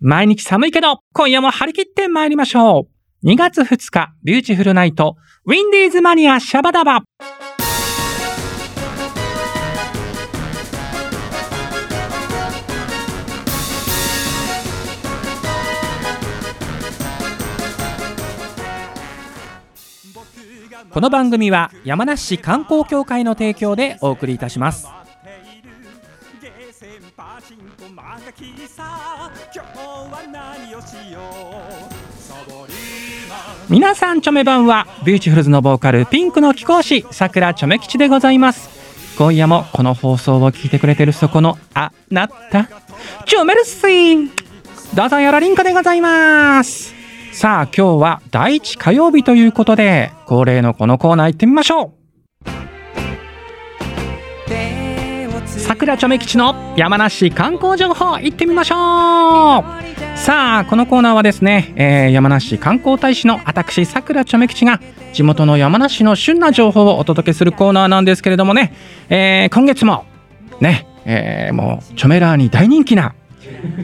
毎日寒いけど、今夜も張り切って参りましょう。2月2日、ビューティフルナイト、ウィンディーズマニアシャバダバ。この番組は山梨市観光協会の提供でお送りいたします。パチンコマガキさ今日は何をしようサボリーマン皆さんチョメ版はビューティフルズのボーカルピンクの貴公子さくらチョメ吉でございます今夜もこの放送を聞いてくれてるそこのあなたチョメルスイどうぞよろりんこでございますさあ今日は第一火曜日ということで恒例のこのコーナー行ってみましょうさくらチョメ吉の山梨観光情報行ってみましょうさあこのコーナーはですね、えー山梨観光大使の私さくらちょめ吉が地元の山梨の旬な情報をお届けするコーナーなんですけれどもね、えー今月もね、えーもうチョメラーに大人気な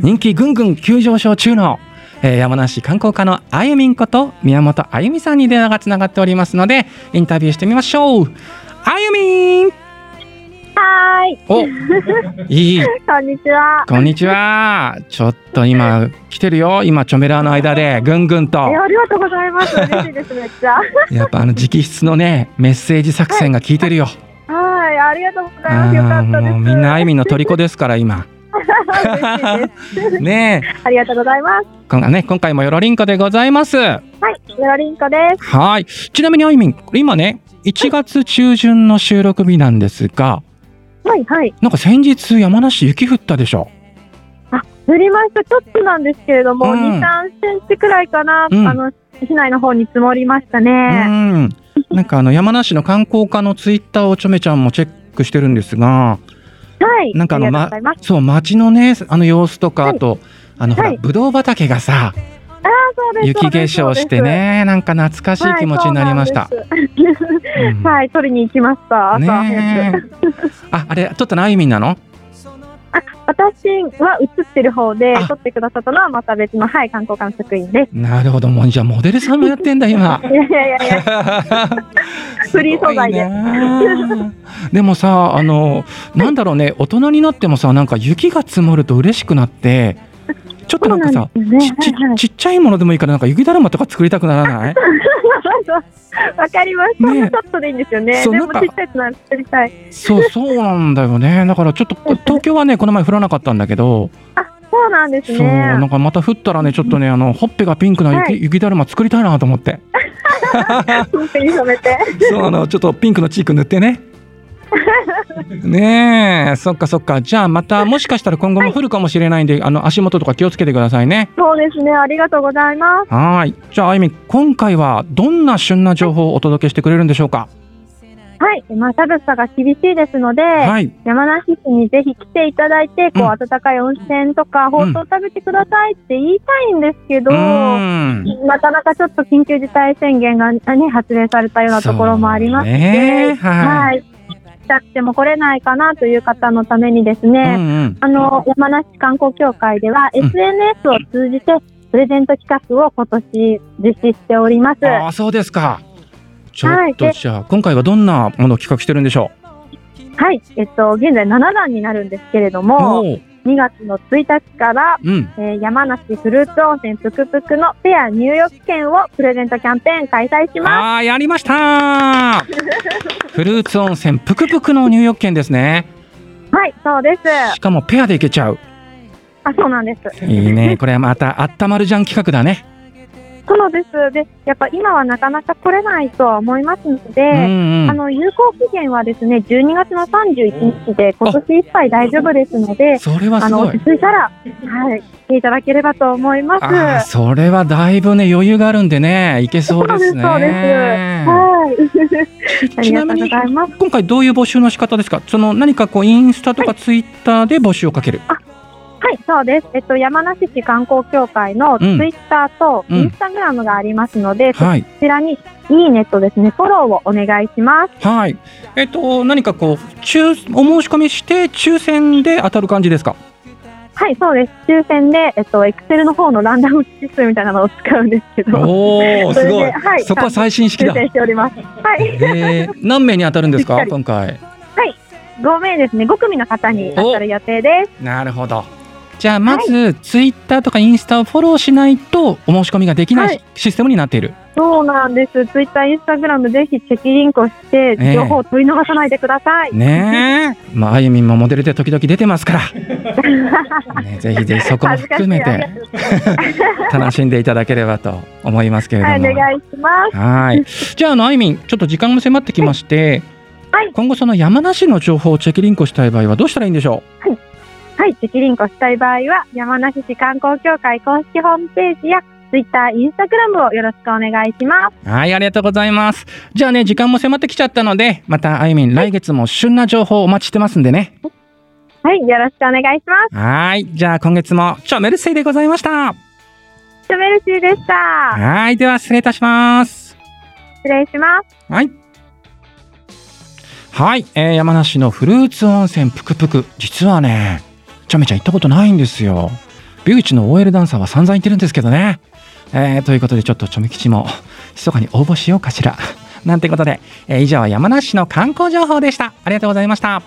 人気ぐんぐん急上昇中の、えー山梨観光課のあゆみんこと宮本あゆみさんに電話がつながっておりますのでインタビューしてみましょうあゆみんはーい、おいいこんにちは。こんにちは。ちょっと今来てるよ。今チョメラーの間でぐんぐんとえ、ありがとうござ います。嬉しいです、めっちゃ。やっぱあの直筆のねメッセージ作戦が効いてるよ。はい、ありがとうございます。よかあーったです。もうみんなあいみんの虜ですから 今。嬉しいです。ねえ、ありがとうございます。こんね今回もよろりんこでございます。ははい、メロリンコでーい。ちなみにあいみん今ね1月中旬の収録日なんですが、す。はい、はい。なんか先日山梨雪降ったでしょ。塗りました。ちょっとなんですけれども、う2、ん3センチくらいかな、うんあの、市内の方に積もりましたうね。ん。なんかあの山梨の観光課のツイッターをちょめちゃんもチェックしてるんですが。はい、なんかあのりがとうございます。そう街のねあの様子とか、はいあとあのほら、はいぶどう畑がさああ、そうです。雪化粧してねなんか懐かしい気持ちになりましたはい、。そうなんですうんはい取りに行きました。朝早く。ねえああれ撮ったのあゆみんなの私は映ってる方であ撮ってくださったのはまた別のはい観光館職員です。なるほどもうじゃあモデルさんもやってんだ今いやいやいやい や。 フリー素材でででもさあのなんだろうね大人になってもさなんか雪が積もると嬉しくなってちょっとなんかさそうなんでちすよねはいはいちちっちゃいものでもいいからなんか雪だるまとか作りたくならないわかります。ほんねのちょっとでいいんですよね。でそうもなんかちっちゃいやつなんて作りたい。 そうそうなんだよねだからちょっと東京はねこの前降らなかったんだけどそうなんですそうな ね。んかまた降ったらねちょっとねあのほっぺがピンクの雪,、はい雪だるま作りたいなと思ってピンクに染めて。 そうあのちょっとピンクのチーク塗ってね ねえそっかそっかじゃあまたもしかしたら今後も降るかもしれないんで、あの足元とか気をつけてくださいねそうですね。ありがとうございます。はーいじゃああゆみ今回はどんな旬な情報をお届けしてくれるんでしょうかはい。まあ寒さが厳しいですので、はい山梨市にぜひ来ていただいて、こううん温かい温泉とか、ほうとう食べてくださいって言いたいんですけど。うーんなかなかちょっと緊急事態宣言が、ね、発令されたようなところもありますし、そうねは、はいい、来たくても来れないかなという方のためにですうんうね、んあの山梨観光協会ではん SNS を通じてプレゼント企画を今年実施しております。ああそうですかちょっとはいでじゃあ今回はどんなものを企画してるんでしょはい、えっと現在7段になるんですけれどうも、おー2月の1日から、うんえー山梨フルーツ温泉ぷくぷくのペア入浴券をプレゼントキャンペーン開催します。ああーやりましたー フルーツ温泉ぷくぷくの入浴券ですねはい、そうです。しかもペアで行けちゃうあ、そうなんです。いいねこれはまたあったまるじゃん企画だねそうです。で、やっぱ今はなかなか来れないとは思いますのうんで、うあんの、有効期限はですね、12月の31日で、今年いっぱい大丈夫ですので、それはあすの、ご落いち着いたら、はい、来ていただければと思います。ああはそれはだいぶね余裕があるんでね行けそうですねそうですそう い。あちりながとみうごにざいます。今回どういう募集の仕方ですかその何かこうインスタとかツイッターで募集をかける、はい、そうです。えっと、山梨市観光協会のツイッターとうんインスタグラムがありますので、そはいちらにいいねとですね、フォローをお願いします。はいえっと何かこう抽お申し込みして抽選で当たる感じですかはい、そうです。抽選で、えっと、エクセルの方のランダム指数みたいなのを使うんですけど、おおそすれでごいはいそこは最新式抽だ選しております。はい、えー、何名に当たるんですしっかかり今回5名ですね、5組の方に当たる予定です。なるほどじゃあまずツイッターとかインスタをフォローしないとお申し込みができなはいシステムになっている、そうなんです。ツイッター、インスタグラム、ぜひチェキリンクをしえて、え情報を取り逃さないでください。ねえまああゆみんもモデルで時々出てます から、ね、ぜひぜひそこも恥ずかし含いめありがてとうござ い楽しんでいただければと思いますけれども、ますはい、お願いします。はい。じゃあ、あの、あいみん、ちょっと時間も迫ってきまして、はい今後その山梨の情報をチェックリンクしたい場合はどうしたらいいんでしょはい、チェキリンクをしたい場合は、山梨市観光協会公式ホームページや、ツイッター、インスタグラムをよろしくお願いします。うはい、ありがとうございます。じゃあね、時間も迫ってきちゃったので、またあいみん、来月も旬な情報お待ちしてますんでね。はい、よろしくお願いしまはい。じゃあ、今月も、ちょ、メルセイでございました。す。ショベルシーでした。はい。では、失礼いたします。失礼します。はい。はい、えー山梨のフルーツ温泉ぷくぷく実はねちゃめちゃ行ったことないんですよビューチの OL ダンサーは散々言ってるんですけどね、えーということでちょっとちょめ吉も密かに応募しようかしら なんてことで、えー以上山梨の観光情報でしたありがとうございました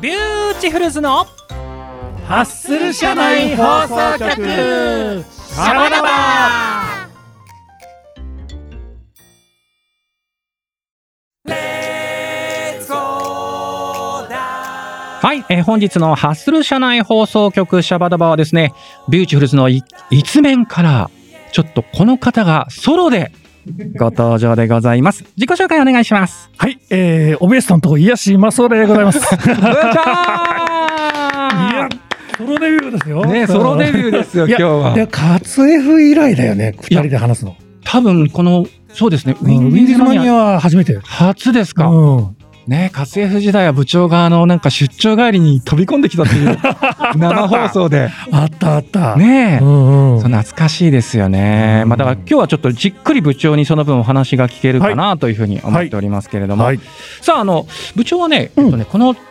ビューチフルズのハッスル社内放送局サバナバレッツゴーだはい、えー本日のハッスル社内放送局シャバダバはですね、ビューチフルズのい一面から、ちょっとこの方がソロでご登場でございます。自己紹介お願いします。はい、えー、おベースさんと癒しマソロでござい ます。いいやや、ソロデビューですよ。ね、ソロデビューですよ、い今や日は。で、カツ F 以来だよね、二人で話すの。多分この、そうですね、ウウィィンンデディーズィーズママニニアアは初めて。初ですうか。ん。ね、家政婦時代は部長があの、なんか出張帰りに飛び込んできたと いう生放送で。あったあった。。ねえう。んうん。そう懐かしいですよね、うんまあ、だから今日はちょっとじっくり部長にその分お話が聞けるかなというふうに思っておりますけれども、はい。さああの部長はね,、うんえっと、ねこの「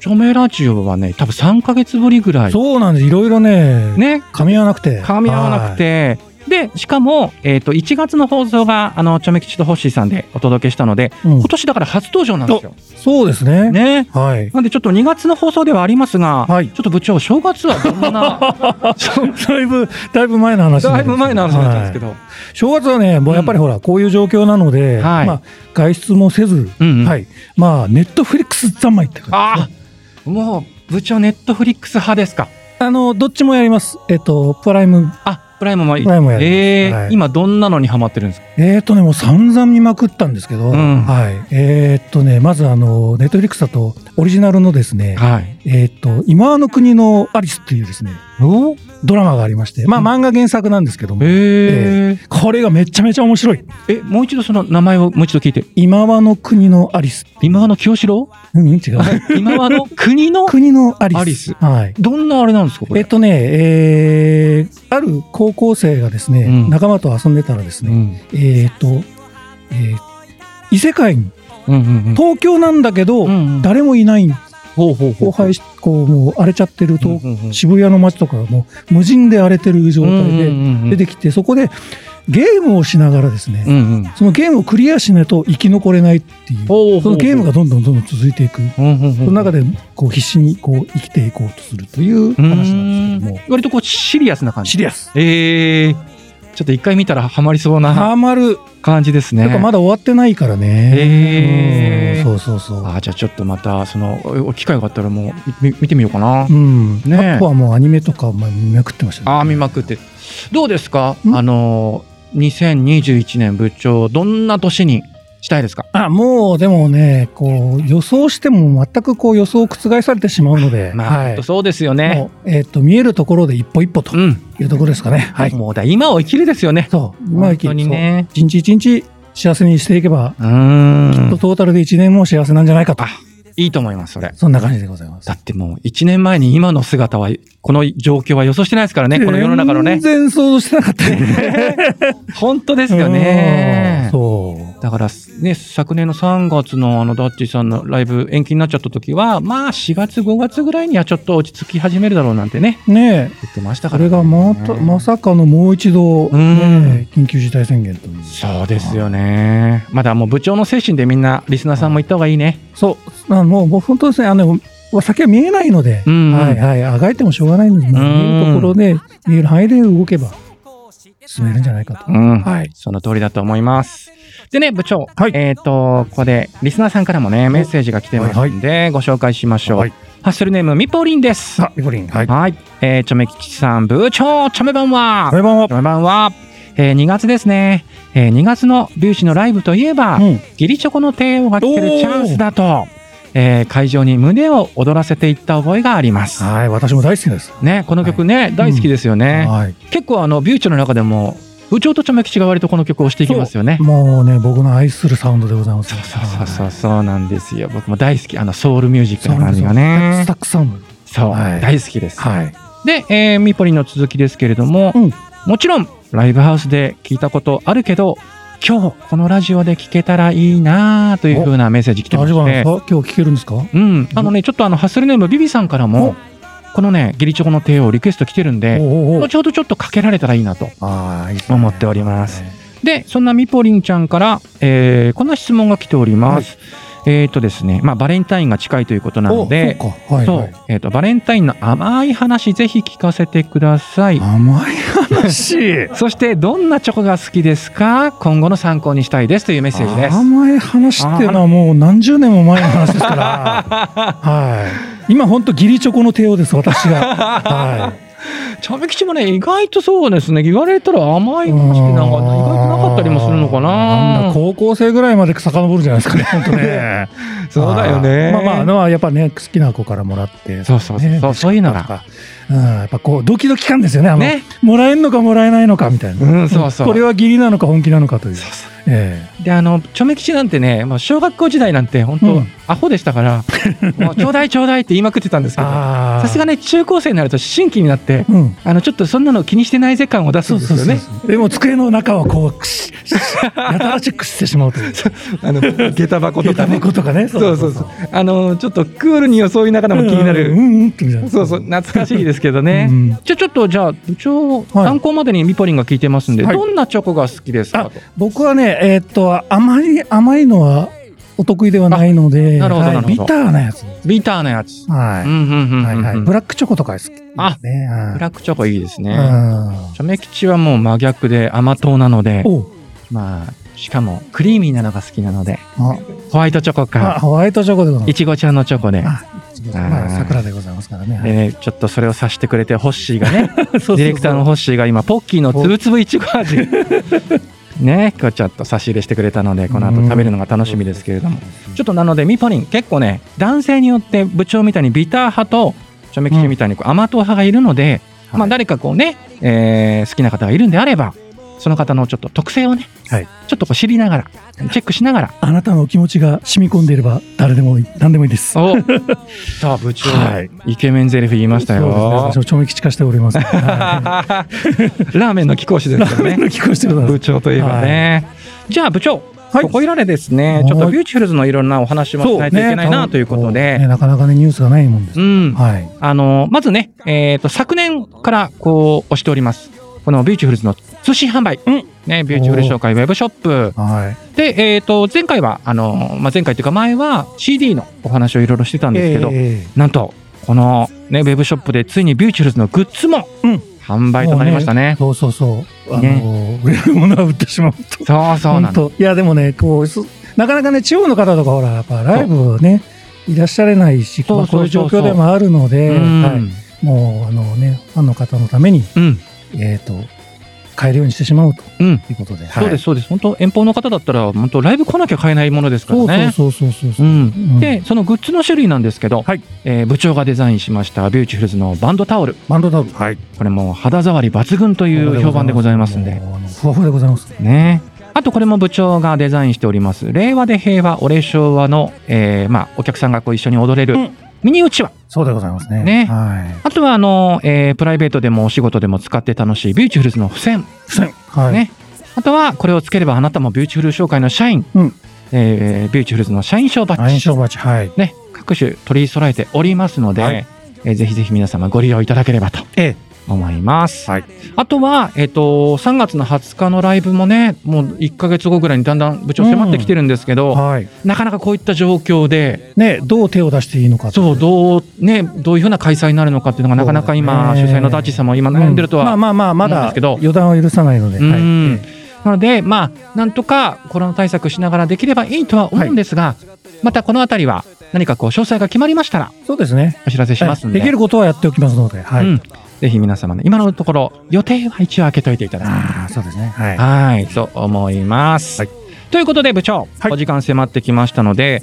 著名ラジオ」はね多分3か月ぶりぐらい、そうなんです。いろいろね、ね、噛み合わなくて。噛み合わなくて、でしかも、えっと1月の放送があのチョメ吉とホッシーさんでお届けしたのではい。うん今年だから初登場なんですよ。そうですね。ねはい。なんでちょっと2月の放送ではありますが、はいちょっと部長正月はどん なそうだいぶ、だいぶ前の話になだるいぶ前の話になっちゃうんですけはいど、正月はね、もうやっぱりほら、こういう状況なので、はいまあ、外出もせず、うんうんはい。まあ、ネットフリックス三昧って感じああもう部長ネットフリックス派ですかあの、どっちもやります。えっと、プライム、あプライムもいいプライムもやります。えーはい今どんなのにハマってるんですかえーとね、もう散々見まくったんですけど、うんはい。えーとね、まずあの、ネットフリックスだと、オリジナルのですね、はいえーと、今の国のアリスというですね、おドラマがありまして、まあうん漫画原作なんですけども、えー、これがめちゃめちゃ面白い。えもう一度その名前をもう一度聞いて今はの国のアリス。今和の清志 郎うん、違う。今和の国の国のアリス。アリスはい。どんなあれなんですかこえれーとね、えー、ある高校生がですね、うん仲間と遊んでたらですうね、んえーと、えー異世界に、うんうんうん東京なんだけど、うんうん誰もいないんほうほうほう荒廃し、こう、もう荒れちゃってるうんと、うんうん渋谷の街とかがもう無人で荒れてる状うん態うでんうん出てきて、そこでゲームをしながらですうね、んうんそのゲームをクリアしないと生き残れないっていほうう、ほうほうそのゲームがどんどんどんどん続いていうく。んうんうんその中で、こう、必死にこう、生きていこうとするといううーん話なんですけども、割とこうシリアスな感じシリアス。えー、ちょっと一回見たらハマりそうなハマる。感じですねやっぱまだ終わってないからね。へーうんそうそうそう。あーじゃあちょっとまたそのお機会があったらもうみ見てみようかな、うん。ねえあとはもうアニメとか、まあ、見まくってましたね。あー見まくってどうですかんあのー2021年部長どんな年にしたいですかあもうでもねこう予想しても全くこう予想を覆されてしまうので、まあ、はいほんとそうですよねもうえっと見えるところで一歩一歩とうん、いうところですかね、はいもうだ今を生きるですよねそう今本一当にね一日一日幸せにしていけば、うートんータルで一年も幸せなんじゃないかとあいいと思いますそれそんな感じでございますだってもう1年前に今の姿はこの状況は予想してないですからねこの世の中のね全然想像してなかったね本当ですよねうんそうだから、ね、昨年の3月のあのダッチさんのライブ延期になっちゃった時は、まあ4月5月ぐらいにはちょっと落ち着き始めるだろうなんてね、ねえ言ってましたこから、れね。がまたまさかのもう一度、うんねえ緊急事態宣言というそうですよね。まだもう部長の精神でみんな、リスナーさんも行った方がいいね。そうあもうもう本当ですねあのお酒は見えないので、うんうんはいはい、あがいてもしょうがないんですが、うん見えるところで見える範囲で動けば進めるんじゃないかと、うん。はいその通りだと思います。でね、部長。はいえっ、と、ここで、リスナーさんからもね、メッセージが来てますんで、ご紹介しましょう。はいハッスルネーム、ミポリンです。さあイボリンはいはい。えー、チョメ吉さん、部長、チョメ版はこれはチョメ版は、えー、2月ですね。えー、2月のビューチのライブといえば、うんギリチョコの帝王が来ておるーチャンスだと、えー会場に胸を躍らせていった覚えがあります。はい私も大好きです、ね、この曲ね、大好きですよね。はい結構あのビューチの中でも部長とちょめ吉が割とこの曲をしていきますよね。もうね僕の愛するサウンドでございますそうそうそうそうそうなんですよ。僕も大好きあのソウルミュージックサウのンド感じがスね。タックサウンドそう、はい大好きです。はいで、えーミポリンの続きですけれども、うんもちろんライブハウスで聞いたことあるけど、今日このラジオで聞けたらいいなあというふうなメッセージ来てま大丈夫しなんでてす、か今日聞けるんですかうん、あのねちょっとあのハッスルネームビビさんからもこのねギリチョコの帝王リクエスト来てるんおうで、おうおう後ほどちょっとかけられたらいいなとああいいですね思っております。はいで、そんなみぽりんちゃんから、えーこんな質問が来ております。えっ、とですね、まあ、バレンタインが近いということなので、おそうかはい、そうはい、えっ、と、バレンタインの甘い話、ぜひ聞かせてください。甘い話そして、どんなチョコが好きですか今後の参考にしたいですというメッセージです。甘い話っていうのはもう何十年も前の話ですから はい今本当ギリチョコの帝王です私が はちゃめきちもね、意外とそうですね、言われたら甘い話ってなんか、意外となかったりもするのかあんなな。高校生ぐらいまで遡るじゃないですかね本当ね そうだよね。まあまあまあやっぱね好きな子からもらってそうそうそう、ねそうそういうのとが。か、うん、やっぱこうドキドキ感ですよねあのねもらえるのかもらえないのかみたいな、うん、そうそう。これは義理なのか本気なのかというそうそうえであのチョメ吉なんてね、まあ、小学校時代なんて本当、うんアホでしたから「もうちょうだいちょうだい」って言いまくってたんですえけど ああさすがね中高生になると思春期になってうんあのちょっとそんなの気にしてないぜ感を出すそんうですそうよそうねそうでも机の中はこうクシッシッやたらチェックしてしまう というあの下駄箱下駄箱とかねそうそうそうあのちょっとクールに装いながらも気になうるんうんってみたいなそうそう懐かしいですけどね、うんじゃあちょっとじゃあ一応はい参考までにミポリンが聞いてますんで、はいどんなチョコが好きですかあと僕はねえーっと甘い甘いのはお得意ではないのであなるほどはいなるほビどターなやつビターなやつ、はうんういんうんうんうんはいはいブラックチョコとか好きですねあはいブラックチョコいいですね、うんチョメ吉はもう真逆で甘党なので、おうまあ、しかもクリーミーなのが好きなので、あホワイトチョコあか、ホワイトチョコでございまいちごちゃんのチョコで、あす。まあ、桜でございますからね。 でね、ちょっとそれをさしてくれて、ホッシーがね、デディレクターのホッシーが今、ポッキーのつぶつぶいちご味、 ね、今日ちょっと差し入れしてくれたので、この後食べるのが楽しみですけれども、ちょっとなので、ミポリン、結構ね、男性によって部長みたいにビター派と、チョメ吉みたいにこう甘党派がいるので、まあ、誰かこうね、えー好きな方がいるんであれば、その方のちょっと特性をね、はいちょっとこう知りながら、チェックしながら、あなたのお気持ちが染み込んでいれば誰でもいい何でもいいです。 おさあ部長、はいイケメンゼリフ言いましたよ、そうですね私もちょめ吉化しております。はラーメンの貴 公子ですよいねの聞こえしてくださ部長といえばね、じゃあ部長、はいここいられですねはいちょっとビューティフルズのいろんなお話もい。しないといけないなということで、ねなかなかねニュースがないもんです。うんはい。あのまずね、えー、と昨年からこう押しておりますこのビューティフルズの通信販売、ね、ビューティフル紹介ウェブショップはい。で、えー、と前回はあの、まあ、前回というか前は CD のお話をいろいろしてたんですけど、えなんとこの、ね、ウェブショップでついにビューチュルズのグッズもうん販売となりましたえね。そうそうそう。あの売れるものは売ってしまうと。そうそうなん本です。当いやでもねこうすなかなかね地方の方とかほらやっぱライブねいらっしゃれないしそうそうそうそうまあこういう状況でもあるので、うんはいもうあのねファンの方のためにうん、えっ、と買えるようにしてしまおうとうんいうことで、はいそうですそうです。本当遠方の方だったら本当ライブ来なきゃ買えないものですからね。そうそうそうそうそうう、ん。うんでそのグッズの種類なんですけど、はいえー部長がデザインしましたビューチュルズのバンドタオルバンドタオルはいこれも肌触り抜群という評判でございますんでもうあのふわふわでございますね。あとこれも部長がデザインしております令和で平和俺昭和の、えーまあ、お客さんがこう一緒に踊れるうんミニうちわそうでございますねねはいあとはあの、えープライベートでもお仕事でも使って楽しいビューティフルズの付箋、付箋はい、ね。あとはこれをつければあなたもビューティフル商会の社員、うんえービューティフルズの社員証バッ暗ジ、証バチはいね、各種取り揃えておりますので、はいえーぜひぜひ皆様ご利用いただければとええ思います。はいあとは、えっと3月の20日のライブもねもう1ヶ月後ぐらいにだんだん部長迫ってきてるんですけど、はいなかなかこういった状況でねどう手を出していいのかそうどう,、ね、どういうふうな開催になるのかっていうのがなかなか今、そうだ主ね催のダーチさんも今う悩んでるとは、まあまあまあま思うんでだすけど予断を許さないので、うんはいえなので、まあ、なんとかコロナ対策しながらできればいいとは思うんですが、またこのあたりは何かこう詳細が決まりましたらえそうですねお知らせしますんで。できることはやっておきますので、はいうん、ぜひ皆様ね、今のところ予定は一応開けといていただきたいああそうですねはいはい、と思います。はいということで部長、はいお時間迫ってきましたので、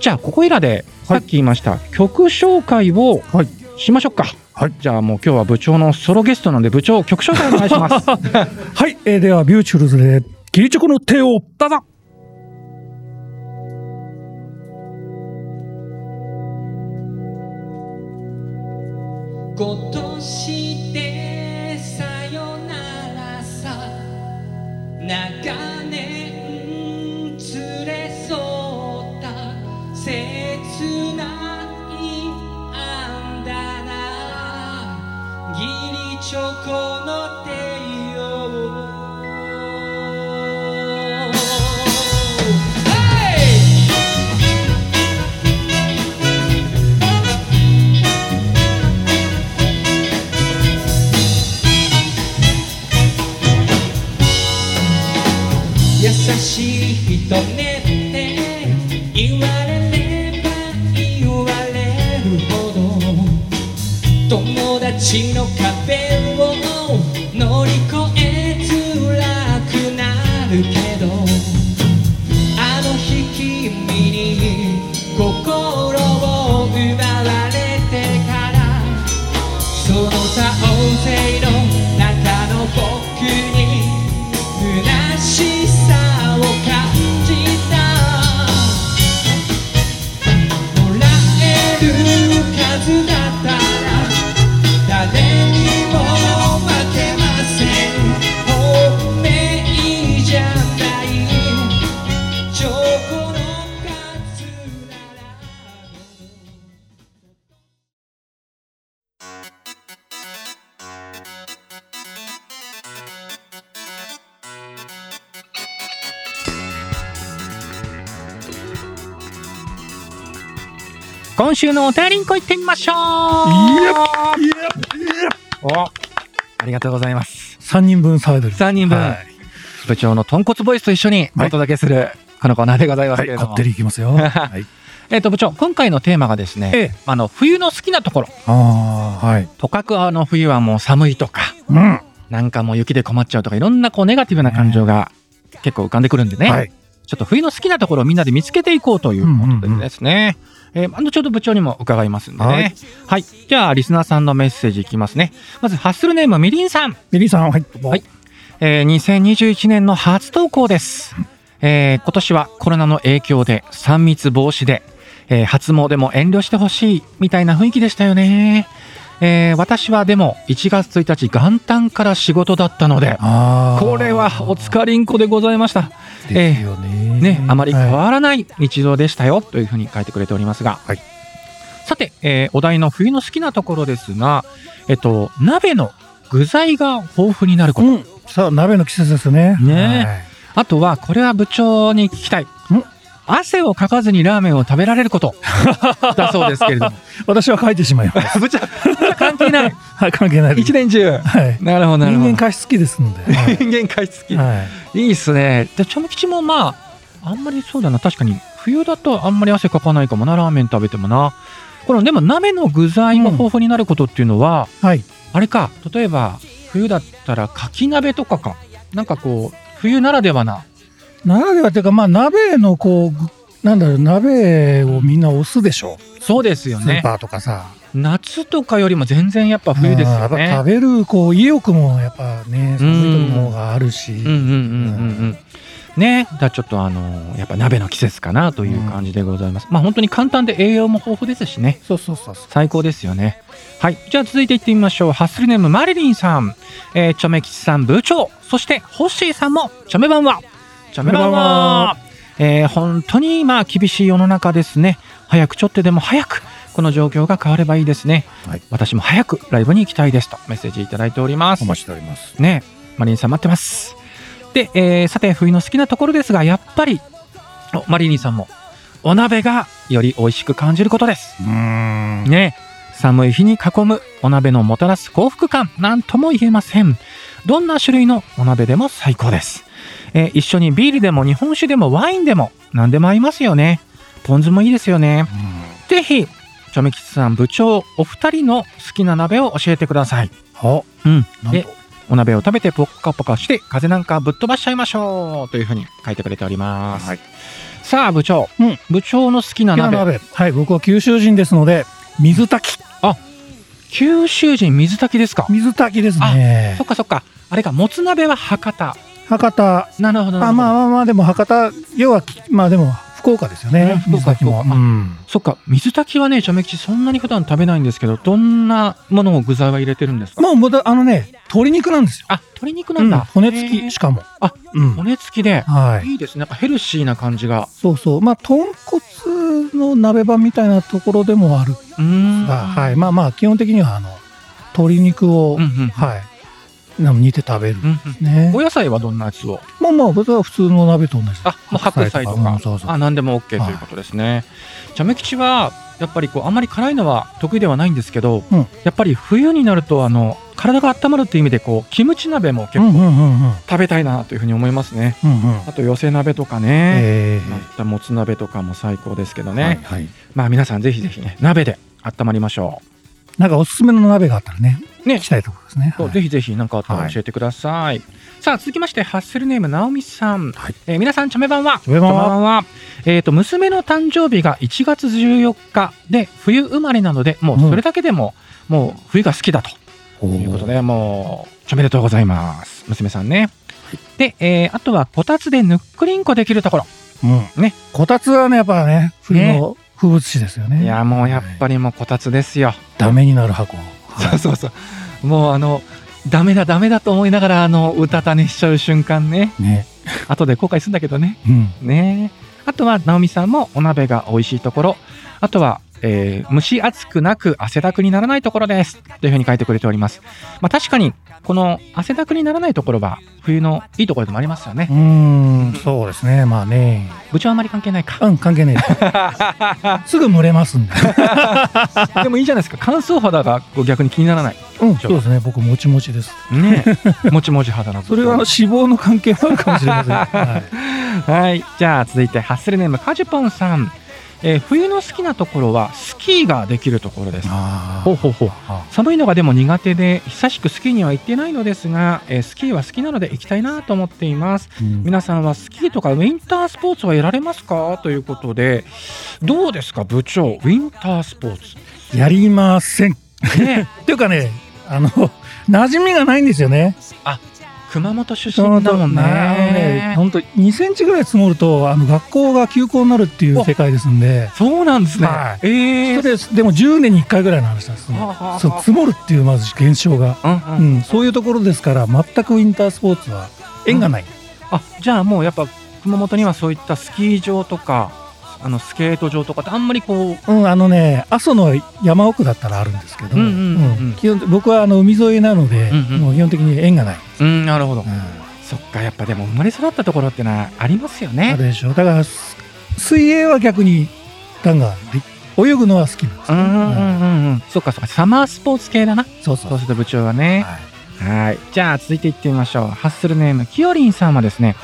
じゃあここいらでさはいっき言いました、曲紹介をはいしましょうか。はいじゃあもう今日は部長のソロゲストなんで部長曲紹介お願いします。 はい、えーではビューチュルズでギリチョコの手をどうぞごとしてさよならさ長年連れ添った切ないあんだな義理チョコの手を Hey! 優しい人ねって言われれば言われるほど友達の壁を乗り越えづらくなるけどあの日君に心を奪われてからその他大勢の中の僕に虚しさを感じたもらえる数だったら誰にも負けません本命じゃないチョコの数なら今週のお便りんこ行ってみましょう。お、ありがとうございます。三人分サイドル三人分、は部長の豚骨ボイスと一緒にお届けするこのコーナーでございますはけれいどこも、ってりいきます よはいえっ、と部長今回のテーマがですね、ええあの冬の好きなところああはいとかくあの冬はもう寒いとかうんなんかもう雪で困っちゃうとかいろんなこうネガティブな感情が結構浮かんでくるんでね、はいちょっと冬の好きなところをみんなで見つけていこうということでですね、えー、後ほど部長にも伺いますんでねははいい、じゃあリスナーさんのメッセージいきますねまずハッスルネームみりんさんミリーさんはいどうもはいえー2021年の初投稿です、えー今年はコロナの影響で3密防止で、えー初詣も遠慮してほしいみたいな雰囲気でしたよね、えー私はでも1月1日元旦から仕事だったのでああこれはおつかりんこでございましたですよねね、あまり変はわらない日常でしたよというふうに書いてくれておりますが、はいさて、えーお題の冬の好きなところですが、えっと、鍋の具材が豊富になるこいと、うんさあ鍋の季節ですねねはいあとはこれは部長に聞きたい汗をかかずにラーメンを食べられること だそうですけれども私は書いてしまいます部長部長 関係ないはい関係ないで す一年中はいなるほどなる人ほど間加湿器ですの ではい人間加湿器はいいいっすね。で、チョメ吉もまあ、あんまりそうだな。確かに、冬だとあんまり汗かかないかもな。ラーメン食べてもな。この、でも鍋の具材が豊富になることっていうのは、はいあれか、例えば、冬だったらかき鍋とかか。なんかこう、冬ならではな。ならではというかまあ鍋のこうぐなんだろう鍋をみんな押すでしょそうですよスーね。パーとかさ夏とかよりも全然やっぱ冬ですあよーやっぱね。食べるこう意欲もやっぱね寒い時の方があるし、うんうんうんうんうん。ね、だからちょっとあのやっぱ鍋の季節かなという感じでございます。まあ本当に簡単で栄養も豊富ですしね。そうそうそうそう最高ですよね。はい、じゃあ続いていってみましょう。ハッスルネームマリリンさん、えー、チョメ吉さん部長、そしてホッシーさんもチョメ版は、チョメ版チョメ版は、えー本当にまあ厳しい世の中ですね。早くちょっとでも早くこの状況が変わればいいですね。はい私も早くライブに行きたいですとメッセージいただいておりますお。待ちしておりますねマリンさん待ってますで、えーさて冬の好きなところですがやっぱりおマリリンさんもお鍋がより美味しく感じることですうーんね寒い日に囲むお鍋のもたらす幸福感なんとも言えませんどんな種類のお鍋でも最高です、えー一緒にビールでも日本酒でもワインでも何でも合いますよねポン酢もいいですよねぜひチョメキツさん部長お二人の好きな鍋を教えてくださいはうんなんでとお鍋を食べてポカポカして風なんかぶっ飛ばしちゃいましょうというふうに書いてくれております、はいさあ部長、うん部長の好きな好きな鍋鍋はい僕は九州人ですので水炊き九州人水炊きですか、水炊きですねそっかそっかあれかもつ鍋は博多博多なるほどなるほどあまあまあまあでも博多要はまあでも福岡ですようんね福岡水炊きも福岡うんそっか水炊きはねちゃめきちそんなに普段食べないんですけどどんなものを具材は入れてるんですか、もうもだあのね鶏肉なんですよあ鶏肉なんだ、うん骨付へきーしかもあうん骨付きで、はいいいですねなんかヘルシーな感じがそうそうまあ豚骨の鍋版みたいなところでもあるうーんが、はい、まあまあ基本的にはあの鶏肉を、うんうんはいな煮て食べるうんうんねお野菜はどんなやつをまあまあ僕は普通の鍋と同じですあ、もう白菜とうかん、そうそうあ、何でも OK はいということですね。ジャム吉は、やっぱりこう、あまり辛いのは得意ではないんですけど、うんやっぱり冬になると、あの、体が温まるという意味で、こう、キムチ鍋も結うん構うんうんうん食べたいなというふうに思いますね。うんうんあと、寄せ鍋とかね、えまたもつ鍋とかも最高ですけどね。はいはいまあ、皆さんぜひぜひね、鍋で温まりましょーなんかおすすめの鍋があったらねう。ね聞き、たいところですねそうはいぜひぜひ何かあったら教えてください、さあ続きましてハッセルネームなおみさん、はいえー皆さんチョメ版はチョメ版はチえー、と娘の誕生日が1月14日で冬生まれなのでもうそれだけでも、もう冬が好きだととということでもうおめでとうございます娘さんね、で、えーあとはこたつでぬっくりんこできるところうんねこたつはねやっぱね冬の風物詩ですよねいやもうやっぱりもうこたつですよ、ダメになる箱そうそうそうもうあのダメだダメだと思いながらあのうたた寝しちゃう瞬間ねね後で後悔するんだけどね。うんねあとは、直美さんもお鍋が美味しいところ。あとは、えー蒸し暑くなく汗だくにならないところです。というふうに書いてくれております。まあ確かに、この汗だくにならないところは、冬のいいところでもありますよねう。ーんそうですねまあね部長はあまり関係ないか。うん関係ね えすぐ蒸れますんででもいいじゃないですか。乾燥肌がこう逆に気にならない。うんそうですね僕もちもちですねもちもち肌の部長。それはあの脂肪の関係もあるかもしれません、 はいはい、じゃあ続いてハッスルネームカジュポンさん、えー冬の好きなところはスキーができるところですほうほうほう寒いのがでも苦手で久しくスキーには行ってないのですが、えースキーは好きなので行きたいなと思っています皆さんはスキーとかウィンタースポーツはやられますかということでどうですか部長ウィンタースポーツやりませ んっねていうかねあの馴染みがないんですよね熊本出身だもんね本当2センチぐらい積もるとあの学校が休校になるっていう世界ですんでそうなんですね、はええそーれででも10年に1回ぐらいの話なんですはあはねあはあそう積もるっていうまず現象が、うんうんうん、そういうところですから全くウィンタースポーツは縁がない、あじゃあもうやっぱ熊本にはそういったスキー場とかあのスケート場とかってあんまりこううん、あのね阿蘇の山奥だったらあるんですけど、うんうんうんうんうん基本僕はあの海沿いなので、うんうんもう基本的に縁がない、うんなるほどうんそっかやっぱでも生まれ育ったところってのはありますよあねれでしょだからす水泳は逆に弾が泳ぐのは好きなんですうよんうんうんうんそっかそっかサマースポーツ系だなそうそそううすると部長はねはいじゃあ続いていってみましょうハッスルネームきよりんさんはですね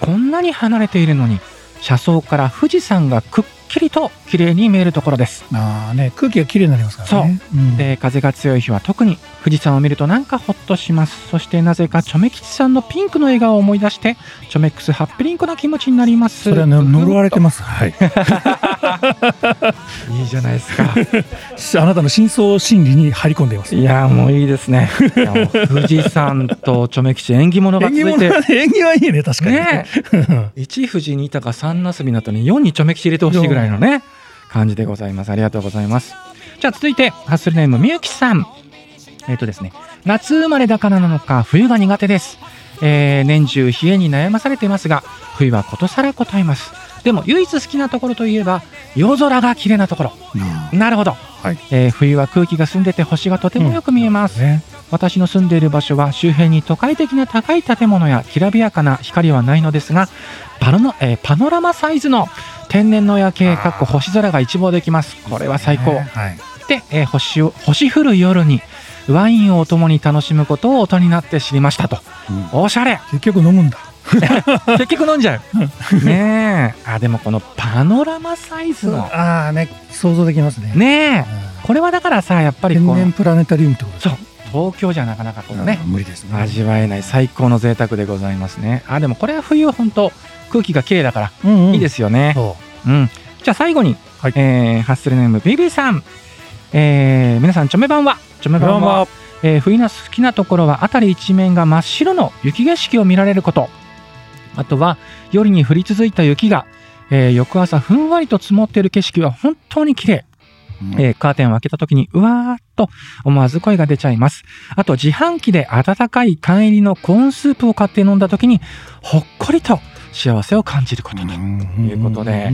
こんなに離れているのに車窓から富士山がくっきりと綺麗に見えるところですああね、空気がきれいになりますからね。そう。ん、で風が強い日は特に富士山を見るとなんかほっとしますそしてなぜかチョメ吉さんのピンクの笑顔を思い出してチョメックスハッピリンコな気持ちになりますそれは、ね、呪われてます。はい。いいじゃないですか あなたの深層心理に入り込んでいま す。いやーもういいですねいやもう富士山とチョメ吉縁起物が縁続起いて物はね縁起はいいね、確かに。ね え1富士2鷹3なすびなったのに4にちょめきち入れてほしいぐらいのね感じでございますありがとうございますじゃあ続いてハッスルネームみゆきさんえっ、とですね夏生まれだからなのか冬が苦手です、えー年中冷えに悩まされていますが冬はことさら答えますでも唯一好きなところといえば夜空が綺麗なところなるほど、いえー冬は空気が澄んでて星がとてもよく見えます、ね私の住んでいる場所は周辺に都会的な高い建物やきらびやかな光はないのですがパロの、えーパノラマサイズの天然の夜景かっこ星空が一望できますこれは最高、はい。で、えー星を星降る夜にワインをお供に楽しむことを大人になって知りましたと、おしゃれ結局飲むんだ。結局飲んじゃうねえあでもこのパノラマサイズのああね、想像できますね。ねえこれはだからさやっぱり天こ然うプラネタリウムってことですそねう東京じゃなかなかこうね無理ですね。味わえない最高の贅沢でございますねあでもこれは冬は本当空気が綺麗だからうんうん、いいですよね、そうんじゃあ最後に、はいえーハッスルネーム BB さん、えー皆さんチョメ版はチョメう。版は、えー冬の好きなところは辺り一面が真っ白の雪景色を見られることあとは夜に降り続いた雪が、えー翌朝ふんわりと積もっている景色は本当に綺麗うんえーカーテンを開けた時にうわーっと思わず声が出ちゃいますあと自販機で温かい缶入りのコーンスープを買って飲んだ時にほっこりと幸せを感じることと、ということで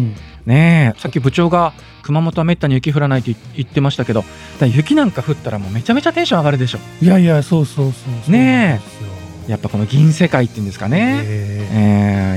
ねえさっき部長が熊本はめったに雪降らないって言ってましたけどだから雪なんか降ったらもうめちゃめちゃテンション上がるでしょいやいや、そうそうそうそう。ねえ。やっぱこの銀世界っていうんですかね、え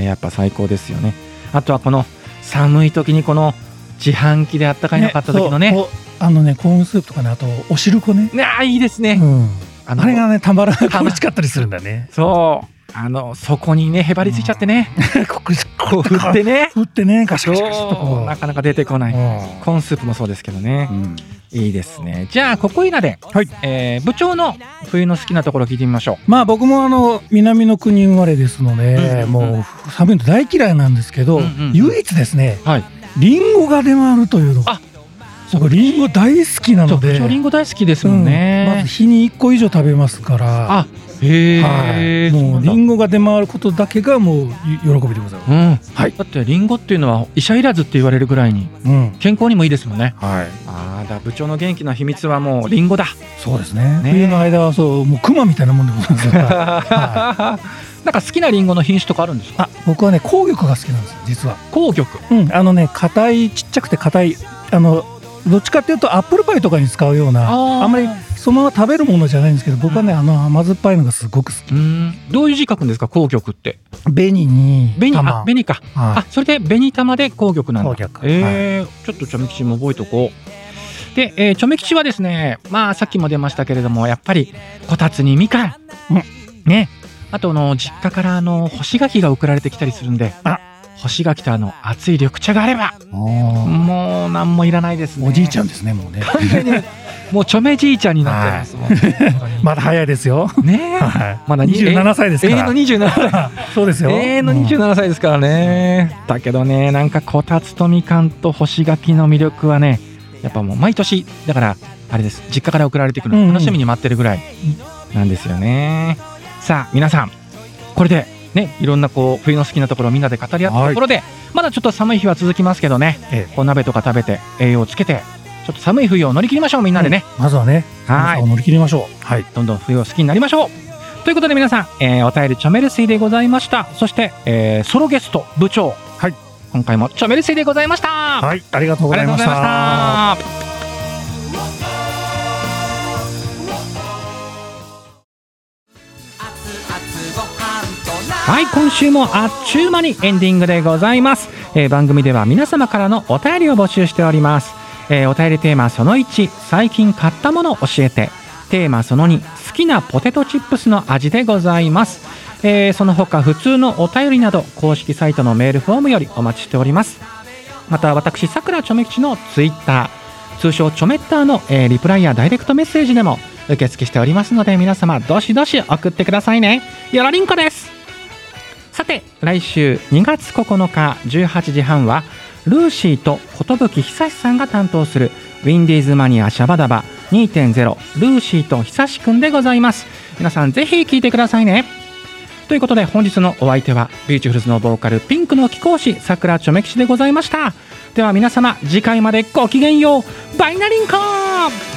ええーやっぱ最高ですよねあとはこの寒い時にこの自販機であったかいの買った時のねそうこうあのね、コーンスープとかね、あとお汁粉ね。ねあーいいですね、うん。あのあれがね、たまらなくたま美味しかったりするんだね。そう。あの、そこにね、へばりついちゃってね、ここ こう振 ってね、振ってね、ガシャそガシャガシャっとこう、う。なかなか出てこない。うコーンスープもそうですけどね。んうんいいですね。じゃあ、ここいらで、はいえー部長の冬の好きなところ聞いてみましょまあ僕もあの南の国生まれですので、うんもう寒いの大嫌いなんですけど、うんうん唯一ですねう。はい。リンゴが出回るというのあ僕リンゴ大好きなそのう、部で長リンゴ大好きですもんうんまずね。日に1個以上食べますからあ、へはえ。い、もうリゴ。ンゴが出回ることだけがもう喜びでございまうん。はいだって、リンゴっていうのは医者いらずって言われるぐらいに、す、うん健康にもいいですもんね。はい、ああ、だ、部長の元気の秘密はもうリンゴだ。そうですねね冬の間はそうもうクマみたいなもんでございますから なんか好きなリンゴの品種とかあるんですか。あ僕はね紅玉が好きなんですよ実は紅玉。うん、あのね硬いちっちゃくて硬いあのどっちかっていうとアップルパイとかに使うようなあーあんまりそのまま食べるものじゃないんですけど僕はね、あの甘酸っぱいのがすごく好きうんどういう字書くんですか紅玉って紅に紅あ玉紅か、はあそれで紅玉で紅玉なんだ紅玉えーちょっとチョメ吉も覚えとこうで、えー、チョメ吉はですねまあさっきも出ましたけれどもやっぱりこたつにみかん、うんねあとあの実家からあの干し柿が送られてきたりするんであ干し柿とあの熱い緑茶があればいおもう何もいらないですねおじいちゃんんですね もうねもうチョメじいちゃんになってますもん本当に まだ早いですよねえはいまだ20 27歳です永か遠らの27歳そうですよ永遠の27歳ですからね、だけどねなんかこたつとみかんと干し柿の魅力はねやっぱもう毎年だからあれです実家から送られてくるうんのうん楽しみに待ってるぐらいなんですよね、さあ皆さんこれでねいろんなこう冬の好きなところをみんなで語り合ったところで、まだちょっと寒い日は続きますけどね、えお鍋とか食べて栄養をつけてちょっと寒い冬を乗り切りましょうみんなでね、まずはねはい皆さんを乗り切りましょうはいどんどん冬を好きになりましょうということで皆さん、えーお便りチョメルスイでございましたそして、えーソロゲスト部長はい今回もチョメルスイでございました、はいありがとうごありざがいとうごまざしいましたたはい今週もあっちゅう間にエンディングでございます、えー番組では皆様からのお便りを募集しております、えーお便りテーマその1最近買ったものを教えてテーマその2好きなポテトチップスの味でございます、えーその他普通のお便りなど公式サイトのメールフォームよりお待ちしておりますまた私さくらちょめ吉のツイッター通称ちょめッターの、えーリプライやダイレクトメッセージでも受付しておりますので皆様どしどし送ってくださいねよろりんこですさて来週2月9日18時半はルーシーと寿久志さんが担当するウィンディーズマニアシャバダバ2.0ルーシーと久志くんでございます皆さんぜひ聞いてくださいねということで本日のお相手はビーチフルズのボーカルピンクの貴公子さくらちょめきしでございましたでは皆様次回までごきげんようバイナリンコー